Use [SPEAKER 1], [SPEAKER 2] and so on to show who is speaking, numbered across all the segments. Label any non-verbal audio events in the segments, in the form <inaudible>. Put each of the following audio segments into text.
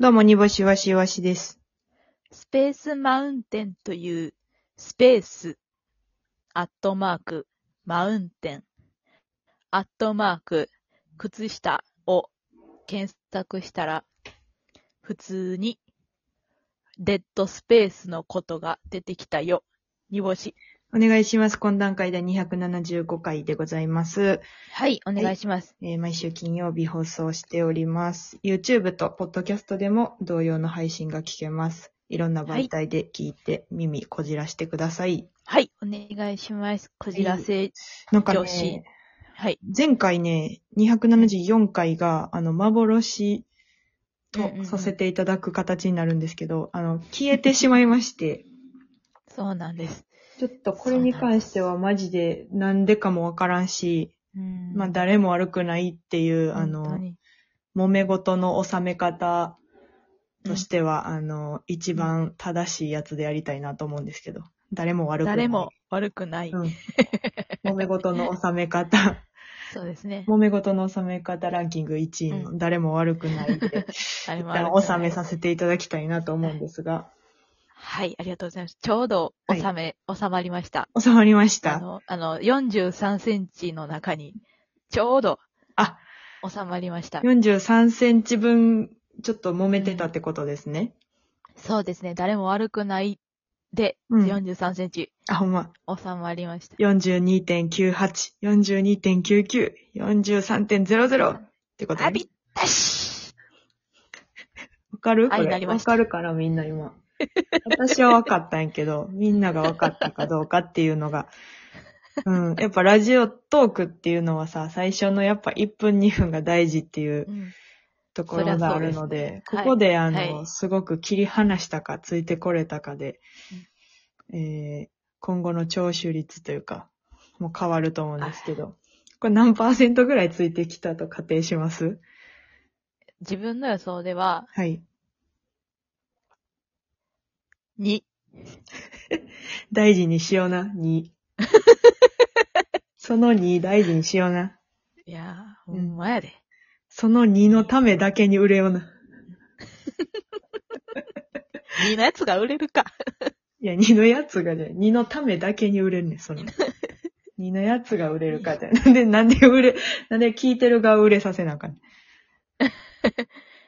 [SPEAKER 1] どうも、煮干しわしわしです。
[SPEAKER 2] スペースマウンテンというスペース、アットマーク、マウンテン、アットマーク、靴下を検索したら、普通にデッドスペースのことが出てきたよ。煮干し。
[SPEAKER 1] お願いします。懇談会第275回でございます。
[SPEAKER 2] はい、お
[SPEAKER 1] 願い
[SPEAKER 2] します。
[SPEAKER 1] えー毎週金曜日放送しております。YouTube と Podcast でも同様の配信が聞けます。いろんな媒体で聞いて耳こじらしてください。
[SPEAKER 2] はい、お願いします。こじらせ。
[SPEAKER 1] なんか
[SPEAKER 2] よし
[SPEAKER 1] ね、
[SPEAKER 2] はい。
[SPEAKER 1] 前回ね、274回が、あの、幻
[SPEAKER 2] うんうんう
[SPEAKER 1] と
[SPEAKER 2] ん
[SPEAKER 1] させていただく形になるんですけど、あの、消えてしまいま
[SPEAKER 2] <laughs>
[SPEAKER 1] して、
[SPEAKER 2] そうなんです。
[SPEAKER 1] ちょっとこれに関してはマジでなんでかもわからんし、
[SPEAKER 2] うん
[SPEAKER 1] まあ誰も悪くないっていう、あ
[SPEAKER 2] 本当
[SPEAKER 1] の、
[SPEAKER 2] に
[SPEAKER 1] 揉め事の収め方とし
[SPEAKER 2] うん
[SPEAKER 1] ては、あの、一番正しいやつでやりたいなと思うんですけど、誰も悪くない。
[SPEAKER 2] 誰も。悪くない。
[SPEAKER 1] うん。揉め事の収め方、 <laughs>
[SPEAKER 2] そうですね。
[SPEAKER 1] 揉め事の収め方ランキング1位
[SPEAKER 2] う
[SPEAKER 1] の誰も悪くないって、
[SPEAKER 2] <laughs> 誰
[SPEAKER 1] 一
[SPEAKER 2] も悪
[SPEAKER 1] 旦
[SPEAKER 2] くない
[SPEAKER 1] 収めさせていただきたいなと思うんですが、
[SPEAKER 2] はい、ありがとうございます。ちょうど
[SPEAKER 1] はい
[SPEAKER 2] 収め、収まりました。
[SPEAKER 1] 収まりまし
[SPEAKER 2] あ
[SPEAKER 1] た。
[SPEAKER 2] の、あの、43センチの中に、ちょうど
[SPEAKER 1] あ、
[SPEAKER 2] 収まりました。
[SPEAKER 1] 43センチ分、ちょっと揉めてたってことですね。
[SPEAKER 2] そうですね、誰も悪くないで、
[SPEAKER 1] うん
[SPEAKER 2] 43センチ
[SPEAKER 1] あ、ほんま。
[SPEAKER 2] 収まりました。
[SPEAKER 1] 42.98、42.99、43.00ってこと
[SPEAKER 2] あ、
[SPEAKER 1] ね
[SPEAKER 2] びったし
[SPEAKER 1] <laughs> わかるこ
[SPEAKER 2] はいな
[SPEAKER 1] れ。
[SPEAKER 2] り
[SPEAKER 1] わ
[SPEAKER 2] ました
[SPEAKER 1] かるかなみんな今。私はわかったんやけど、 <laughs> みんながわかったかどうかっていうのが。うん。やっぱラジオトークっていうのはさ、最初のやっぱ1分2分が大事っていう
[SPEAKER 2] うん、
[SPEAKER 1] ところがあるので、こ
[SPEAKER 2] そりゃそうですね
[SPEAKER 1] こであの、
[SPEAKER 2] はい
[SPEAKER 1] すごく切り離したか、ついてこれたかで、えー今後の聴取率というか、もう変わると思うんですけど、これ何パーセントぐらいついてきたと仮定します
[SPEAKER 2] 自分の予想では、
[SPEAKER 1] はい。
[SPEAKER 2] 2。
[SPEAKER 1] 大事にしような、2。その2大事にしような。
[SPEAKER 2] いやー、
[SPEAKER 1] う
[SPEAKER 2] ほ
[SPEAKER 1] ん
[SPEAKER 2] んまやで。
[SPEAKER 1] その2のためだけに売れような。
[SPEAKER 2] 2のやつが売れるか。
[SPEAKER 1] いや、2のやつがじゃない、2のためだけに売れんねん、その。2のやつが売れるかじゃない。なんで、なんで売れ、なんで聞いてる側売れさせなあかんね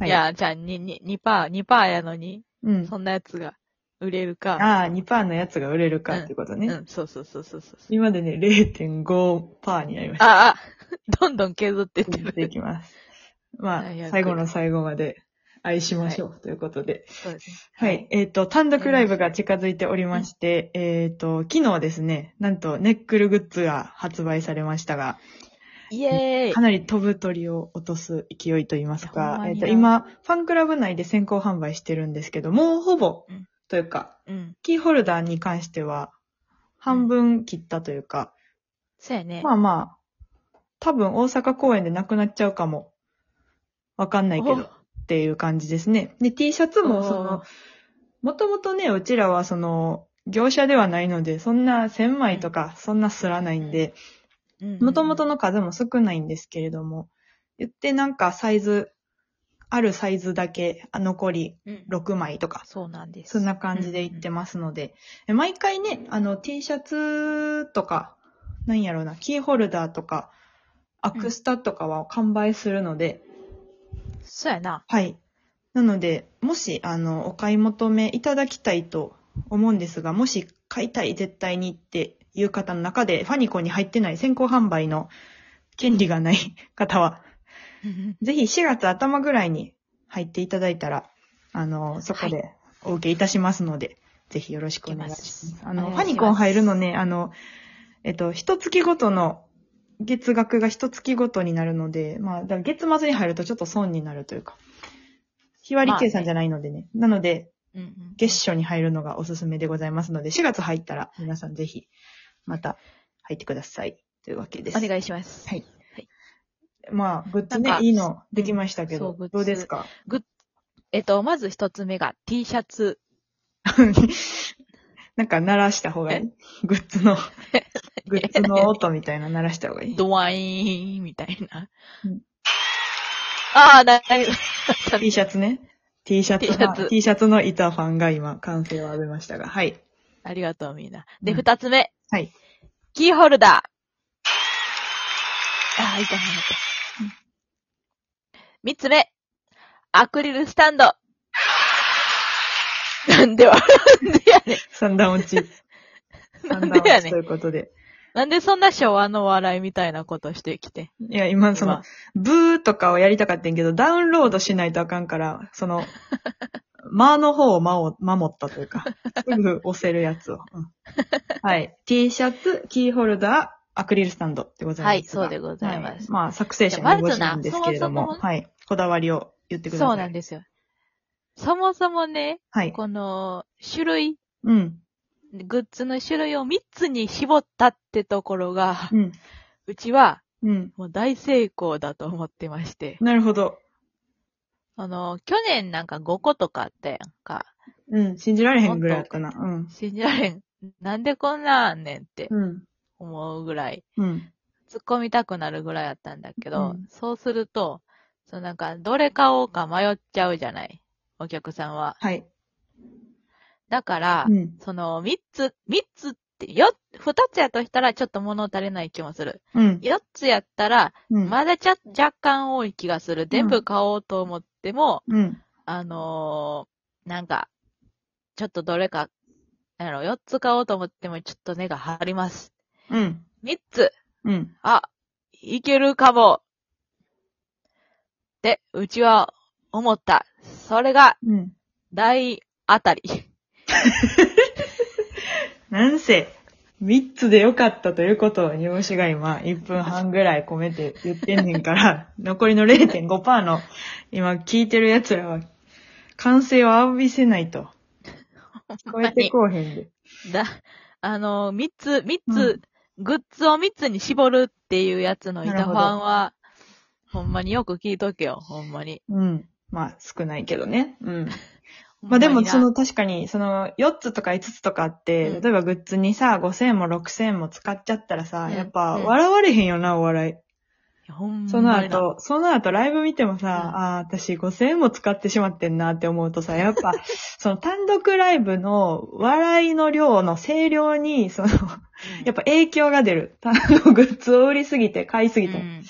[SPEAKER 1] ん。
[SPEAKER 2] <laughs> い、や、じゃあ2、2、2パー、2パーやのに、
[SPEAKER 1] うん。
[SPEAKER 2] そんなやつが売れるか。
[SPEAKER 1] ああ、2%のやつが売れるかってことね。
[SPEAKER 2] うん、そうそうそうそうそう。
[SPEAKER 1] 今でね、0.5%になりました。
[SPEAKER 2] ああ、 <laughs> どんどん削っていって
[SPEAKER 1] 続いてい
[SPEAKER 2] る。
[SPEAKER 1] きます。ま
[SPEAKER 2] はい
[SPEAKER 1] あ、
[SPEAKER 2] や
[SPEAKER 1] 最後の最後まで愛しましょうということで。
[SPEAKER 2] そうですね。
[SPEAKER 1] はい。。えっ、と、単独ライブが近づいておりまして、えっ、と、昨日ですね、なんとネックルグッズが発売されましたが、
[SPEAKER 2] イエーイ
[SPEAKER 1] かなり飛ぶ鳥を落とす勢いと言います
[SPEAKER 2] いやほん
[SPEAKER 1] か、
[SPEAKER 2] ま
[SPEAKER 1] えっ、
[SPEAKER 2] に
[SPEAKER 1] と、
[SPEAKER 2] な
[SPEAKER 1] 今、ファンクラブ内で先行販売してるんですけど、もうほぼ
[SPEAKER 2] うん、
[SPEAKER 1] というか、
[SPEAKER 2] うん。
[SPEAKER 1] キーホルダーに関しては、半分切ったというか、
[SPEAKER 2] そうやね。
[SPEAKER 1] まあまあ、多分大阪公演でなくなっちゃうかも、わかんないけど、っていう感じですね。で、T シャツ
[SPEAKER 2] お
[SPEAKER 1] も、その、
[SPEAKER 2] お
[SPEAKER 1] もともとね、うちらはその、業者ではないので、そんな1000枚とか、そんなすらないんで、
[SPEAKER 2] うん
[SPEAKER 1] もともとの数も少ないんですけれども、言ってなんかサイズ、あるサイズだけ、あ残り
[SPEAKER 2] うん
[SPEAKER 1] 6枚とか、
[SPEAKER 2] そうなんです。
[SPEAKER 1] そんな感じでいってますので、え毎回ね、あの T シャツとか、なんやろうな、キーホルダーとか、アクスタとかは完売するので、
[SPEAKER 2] そうやな。 <laughs>
[SPEAKER 1] はい。なので、もし、あの、お買い求めいただきたいと思うんですが、もし買いたい、絶対にっていう方の中で、ファニコに入ってない先行販売の権利がない方は、ぜひ4月頭ぐらいに入っていただいたら、あの、そこでお受けいたしますので、ぜひよろしくお願いします
[SPEAKER 2] い。けます
[SPEAKER 1] あの、
[SPEAKER 2] お
[SPEAKER 1] フ
[SPEAKER 2] 願いします
[SPEAKER 1] ァニコン入るのね、あの、えっと、一月ごとの月額が一月ごとになるので、まあ、だから月末に入るとちょっと損になるというか、日割り計算じゃないのでね。なので、
[SPEAKER 2] うんうん
[SPEAKER 1] 月初に入るのがおすすめでございますので、4月入ったら皆さんぜひ、また入ってください。というわけです。
[SPEAKER 2] お願いします。
[SPEAKER 1] はい
[SPEAKER 2] はい
[SPEAKER 1] まあ、グッズね
[SPEAKER 2] なん、か
[SPEAKER 1] いいのできましたけど、
[SPEAKER 2] うんそうグッズ
[SPEAKER 1] どうですか
[SPEAKER 2] えっと、まず一つ目が T シャツ。
[SPEAKER 1] <laughs> なんか鳴らした方がいいグッ
[SPEAKER 2] <laughs>
[SPEAKER 1] ズの、グッズの音みたいな鳴らした方がいい。
[SPEAKER 2] ドワイーンみたいな
[SPEAKER 1] うん。
[SPEAKER 2] ああ、だいぶ。
[SPEAKER 1] T シャツね。 T シャ
[SPEAKER 2] T
[SPEAKER 1] ツ
[SPEAKER 2] シャ
[SPEAKER 1] の
[SPEAKER 2] ツ
[SPEAKER 1] T シャツの板ファンが今、完成を浴びましたが、
[SPEAKER 2] <laughs>
[SPEAKER 1] はい。
[SPEAKER 2] ありがとうみんな。で、
[SPEAKER 1] うん
[SPEAKER 2] 二つ目。
[SPEAKER 1] はい。
[SPEAKER 2] キーホルダー。ああ、痛くなった。三つ目。アクリルスタンド。なんで笑うんでやね
[SPEAKER 1] 三段落ち。
[SPEAKER 2] ん。な
[SPEAKER 1] 三
[SPEAKER 2] ん
[SPEAKER 1] 段
[SPEAKER 2] でや
[SPEAKER 1] 落ち
[SPEAKER 2] ねん
[SPEAKER 1] とい。うことで。
[SPEAKER 2] なんでそんな昭和の笑いみたいなことしてきて。
[SPEAKER 1] いや、今、その、ブーとかをやりたかったんやけど、ダウンロードしないとあかんから、そ
[SPEAKER 2] <laughs>
[SPEAKER 1] の、間の方を間を守ったというか、すぐ押せるやつを。うん
[SPEAKER 2] <laughs>
[SPEAKER 1] はい。T シャツ、キーホルダー、アクリルスタンドでございますが。
[SPEAKER 2] はいそうでございます
[SPEAKER 1] はまあ、作成者のご自身ですけれど
[SPEAKER 2] じゃあ
[SPEAKER 1] も、
[SPEAKER 2] まずなそもそも
[SPEAKER 1] はい。こだわりを言ってください。
[SPEAKER 2] そうなんですよ。そもそもね、
[SPEAKER 1] はい。
[SPEAKER 2] この種類、
[SPEAKER 1] うん。
[SPEAKER 2] グッズの種類を3つに絞ったってところが、
[SPEAKER 1] うん。
[SPEAKER 2] うちは
[SPEAKER 1] うん。
[SPEAKER 2] もう大成功だと思ってまして。
[SPEAKER 1] なるほど。
[SPEAKER 2] あの、去年なんか5個とかあったやんか。
[SPEAKER 1] うん。信じられへんぐらいかな。うん。
[SPEAKER 2] 信じられん。なんでこんなんあんねんって
[SPEAKER 1] うん。
[SPEAKER 2] 思うぐらい、
[SPEAKER 1] うん。
[SPEAKER 2] 突っ込みたくなるぐらいだったんだけど、
[SPEAKER 1] うん
[SPEAKER 2] そうすると、そのなんか、どれ買おうか迷っちゃうじゃない。お客さんは。
[SPEAKER 1] はい。
[SPEAKER 2] だから、
[SPEAKER 1] うん。
[SPEAKER 2] その、3つ、3つって、よ、2つやとしたらちょっと物足りない気もする。
[SPEAKER 1] うん。
[SPEAKER 2] 4つやったら、
[SPEAKER 1] うん。
[SPEAKER 2] まだちゃ、若干多い気がする。全部買おうと思っても、
[SPEAKER 1] うん。
[SPEAKER 2] あのーなんか、ちょっとどれか、なんやろ、4つ買おうと思っても、ちょっと根が張ります。
[SPEAKER 1] うん。
[SPEAKER 2] 3つ、
[SPEAKER 1] うん。
[SPEAKER 2] あ、いけるかも。で、うちは思った。それが、
[SPEAKER 1] うん。
[SPEAKER 2] 大当たり。
[SPEAKER 1] なんせ、3つでよかったということを、煮干しが今、1分半ぐらい込めて言ってんねん
[SPEAKER 2] <laughs>
[SPEAKER 1] から、残りの0.5%の、今聞いてる奴らは、歓声を浴びせないと。聞こえてこうへんで。
[SPEAKER 2] だ、 <laughs> あのー、3つ、3
[SPEAKER 1] う
[SPEAKER 2] つ、グッズを3つに絞るっていうやつの板ファンは、ほんまによく聞いとけよ、ほんまに。
[SPEAKER 1] うん。まあ、少ないけどね。うん。まあで
[SPEAKER 2] ほん
[SPEAKER 1] も、
[SPEAKER 2] にな
[SPEAKER 1] そ、の、確かに、その、4つとか5つとかあって、
[SPEAKER 2] うん
[SPEAKER 1] 例えばグッズにさ、5000円も6000円も使っちゃったらさ、
[SPEAKER 2] うん
[SPEAKER 1] やっぱ、
[SPEAKER 2] うん
[SPEAKER 1] 笑われへんよな、お笑い。
[SPEAKER 2] ほんまにな
[SPEAKER 1] その後、その後ライブ見てもさ、
[SPEAKER 2] うん
[SPEAKER 1] ああ、私5000円も使ってしまってんなって思うとさ、やっ
[SPEAKER 2] <laughs>
[SPEAKER 1] ぱ、その単独ライブの笑いの量の声量に、その、
[SPEAKER 2] うん
[SPEAKER 1] やっぱ影響が出る。単独グッズを売りすぎて、買いすぎて。
[SPEAKER 2] うん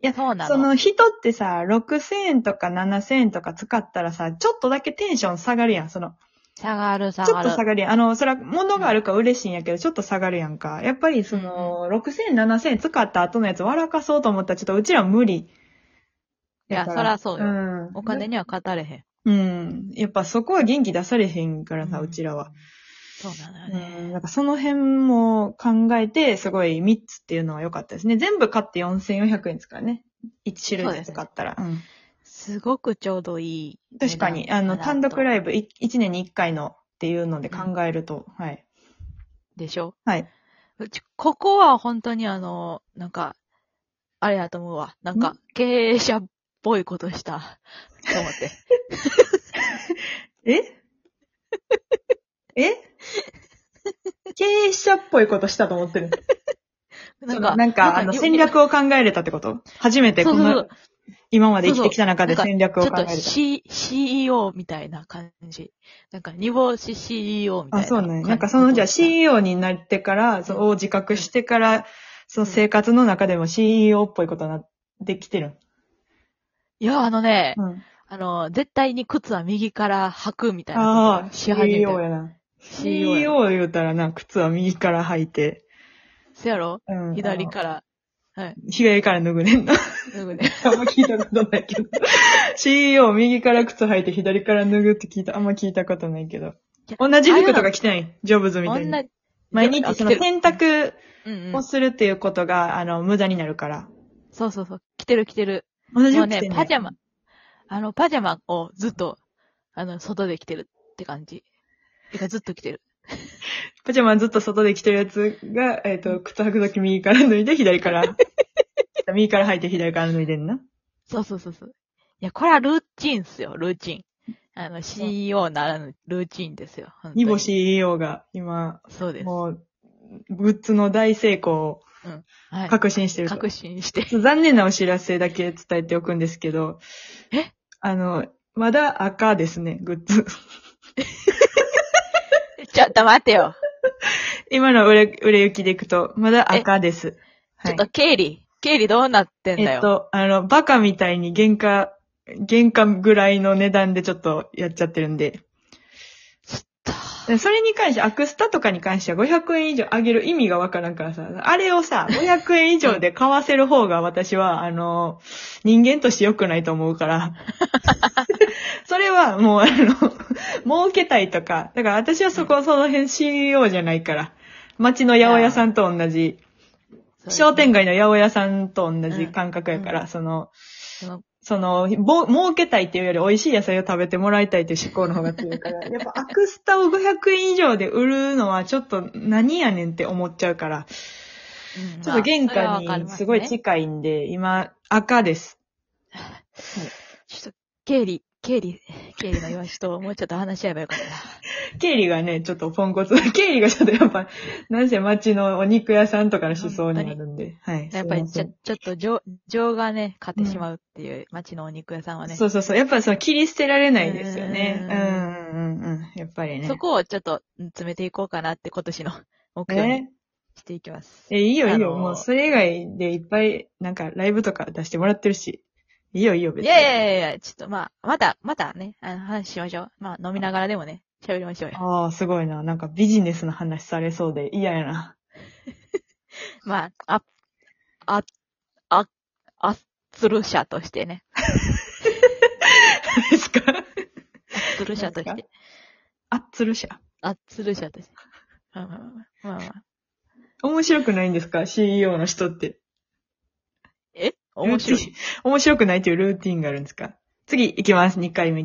[SPEAKER 2] い
[SPEAKER 1] や
[SPEAKER 2] そうなの。
[SPEAKER 1] その人ってさ、6000円とか7000円とか使ったらさ、ちょっとだけテンション下がるやん。その、
[SPEAKER 2] 下がる、下
[SPEAKER 1] ちょ
[SPEAKER 2] が
[SPEAKER 1] っ
[SPEAKER 2] る。
[SPEAKER 1] と下がるやん。あの、それは物があるから嬉しいんやけど、ちょっと下がるやんか。やっぱりその、6000円、7000円使った後のやつ笑かそうと思ったら、ちょっとうちら無理。
[SPEAKER 2] い
[SPEAKER 1] だ
[SPEAKER 2] や、そ
[SPEAKER 1] から
[SPEAKER 2] らそうよ。
[SPEAKER 1] ん
[SPEAKER 2] お金には勝たれへん。
[SPEAKER 1] うん。やっぱそこは元気出されへんからさ、うちらは。。
[SPEAKER 2] そうなのよ
[SPEAKER 1] う
[SPEAKER 2] ね。
[SPEAKER 1] ん。なんかその辺も考えて、すごい3つっていうのは良かったですね。全部買って4400円ですからね。1種類ずつ買ったら。うん
[SPEAKER 2] すごくちょうどいい。
[SPEAKER 1] 確かに、あの、単独
[SPEAKER 2] イ
[SPEAKER 1] ライブ1年に1回のっていうので考えると、はい。
[SPEAKER 2] ブ。でしょ
[SPEAKER 1] はい。
[SPEAKER 2] うち、ここは本当にあの、なんか、あれやと思うわ。なんか
[SPEAKER 1] ん、
[SPEAKER 2] 経営者っぽいことした。と思って。
[SPEAKER 1] え <laughs> え経営者っぽいことしたと思ってる。
[SPEAKER 2] なん
[SPEAKER 1] そ
[SPEAKER 2] か、
[SPEAKER 1] のなんか、あの、戦略を考えれたってこと初めて
[SPEAKER 2] そ
[SPEAKER 1] こ
[SPEAKER 2] うそうそ
[SPEAKER 1] の
[SPEAKER 2] う、
[SPEAKER 1] 今まで生きてきた中で
[SPEAKER 2] そうそう
[SPEAKER 1] 戦略を
[SPEAKER 2] ち
[SPEAKER 1] 考
[SPEAKER 2] ょっ
[SPEAKER 1] えれ
[SPEAKER 2] と
[SPEAKER 1] た。
[SPEAKER 2] C、CEO みたいな感じ。なんか、煮干し CEO みたいな。
[SPEAKER 1] あ、そうね。なんかその、じゃあ CEO になってから、そううんを自覚してから、その生活の中でも CEO っぽいことになってきてる。
[SPEAKER 2] いや、あのね、
[SPEAKER 1] うん。
[SPEAKER 2] あの、絶対に靴は右から履くみたいな
[SPEAKER 1] あ
[SPEAKER 2] こ
[SPEAKER 1] あ、
[SPEAKER 2] とをし始めてる
[SPEAKER 1] CEO。やな。
[SPEAKER 2] CEO や
[SPEAKER 1] CEO 言うたらな、靴は右から履いて、
[SPEAKER 2] せやろ
[SPEAKER 1] うん
[SPEAKER 2] 左から。
[SPEAKER 1] 左から脱ぐねんな。<laughs>
[SPEAKER 2] 脱ぐね。
[SPEAKER 1] あんま聞いたことないけど。CEO 右から靴履いて左から脱ぐって聞いた、あんま聞いたことないけど。同じ服とか着てないジョブズみたい
[SPEAKER 2] 女
[SPEAKER 1] に。、毎日その洗濯
[SPEAKER 2] うんう
[SPEAKER 1] を
[SPEAKER 2] ん。
[SPEAKER 1] するっていうことが、あの、無駄になるから。
[SPEAKER 2] そうそうそう。着てる着てる。
[SPEAKER 1] 同じ
[SPEAKER 2] もう
[SPEAKER 1] 服着て、
[SPEAKER 2] ね
[SPEAKER 1] ん
[SPEAKER 2] パジャマ。あの、パジャマをずっと、あの、外で着てるって感じ。てかずっと着てる。
[SPEAKER 1] パジャマずっと外で着てるやつが、えっ、と、靴履くとき右から脱いで、左
[SPEAKER 2] <laughs>
[SPEAKER 1] から。右から履いて、左から脱いでんな。
[SPEAKER 2] そうそうそうそう。いや、これはルーチンっすよ、ルーチン。あの、CEO ならぬルーチンですよ。本当に
[SPEAKER 1] ニボ。CEO が今、
[SPEAKER 2] そうです。
[SPEAKER 1] もう、グッズの大成功を
[SPEAKER 2] はい。
[SPEAKER 1] 確信してると。
[SPEAKER 2] 確信して。 <laughs>
[SPEAKER 1] 残念なお知らせだけ伝えておくんですけど、
[SPEAKER 2] え
[SPEAKER 1] あの、まだ赤ですね、グッズ。 <laughs>
[SPEAKER 2] ちょっと待ってよ。
[SPEAKER 1] 今の売れ、売れ行きでいくと、まだ赤です。
[SPEAKER 2] ちょっと経理、経理どうなってんだ
[SPEAKER 1] え
[SPEAKER 2] よ
[SPEAKER 1] っ。と、あの、バカみたいに原価、原価ぐらいの値段でちょっとやっちゃってるんで。でそれに関して、アクスタとかに関しては500円以上上げる意味がわからんからさ、あれをさ、500円以上で買わせる方が私は、あの、人間として良くないと思う
[SPEAKER 2] <laughs>
[SPEAKER 1] から。それはもう、あの、儲けたいとか、だから私はそこ、その辺 CEO じゃないから、街の八百屋さんと同じ、商店街の八百屋さんと同じ感覚やから、
[SPEAKER 2] うん
[SPEAKER 1] その、
[SPEAKER 2] その
[SPEAKER 1] その、ぼ、儲けたいっていうより美味しい野菜を食べてもらいたいっていう思考の方が強い
[SPEAKER 2] <laughs>
[SPEAKER 1] から、やっぱアクスタを500円以上で売るのはちょっと何やねんって思っちゃうから、
[SPEAKER 2] うん
[SPEAKER 1] ちょっと原
[SPEAKER 2] ま
[SPEAKER 1] 価
[SPEAKER 2] あそれはわかり
[SPEAKER 1] に
[SPEAKER 2] ます
[SPEAKER 1] すごい
[SPEAKER 2] ね
[SPEAKER 1] 近いんで、今、赤です。
[SPEAKER 2] ちょっと、経理、経理、経理の弱しともうちょっと話し合えばよ
[SPEAKER 1] <laughs>
[SPEAKER 2] かった
[SPEAKER 1] 経理がね、ちょっとポンコツ。 <laughs> 経理がちょっとやっぱ、なんせ町のお肉屋さんとかの思想になるんで、はい。
[SPEAKER 2] な。やっぱり
[SPEAKER 1] す
[SPEAKER 2] ち
[SPEAKER 1] い
[SPEAKER 2] ょ
[SPEAKER 1] ま、
[SPEAKER 2] ちょっと情、情がね、勝ってしまうっていう、街のお肉屋さんは
[SPEAKER 1] せん
[SPEAKER 2] ね。
[SPEAKER 1] そうそうそう。やっぱその切り捨てられないですよね。
[SPEAKER 2] う
[SPEAKER 1] うんんうんうんうん。やっぱりね。
[SPEAKER 2] そこをちょっとうん詰めていこうかなって今年の目標に
[SPEAKER 1] ね。
[SPEAKER 2] していきます。
[SPEAKER 1] え、いいよいい
[SPEAKER 2] あの
[SPEAKER 1] よ。
[SPEAKER 2] ー
[SPEAKER 1] もうそれ以外でいっぱい、なんかライブとか出してもらってるし。いいよいいよ、別
[SPEAKER 2] い
[SPEAKER 1] に。
[SPEAKER 2] やいやいやいや、ちょっとまあ、また、またね、あの話しましょう。まあ、飲みながらでもね、喋りましょうよ。
[SPEAKER 1] ああ、すごいな。なんかビジネスの話されそうで嫌やな。
[SPEAKER 2] まあ、あ、あ、あ、あ、つる者としてね。
[SPEAKER 1] ですか
[SPEAKER 2] あつる者として。
[SPEAKER 1] あっつるしゃ。
[SPEAKER 2] あ、つる者として。まあまあまあまあまあ。
[SPEAKER 1] 面白くないんですか ?CEO の人って。
[SPEAKER 2] え面白い
[SPEAKER 1] ルー。ティン面白くないというルーティンがあるんですか次行きます。2回目。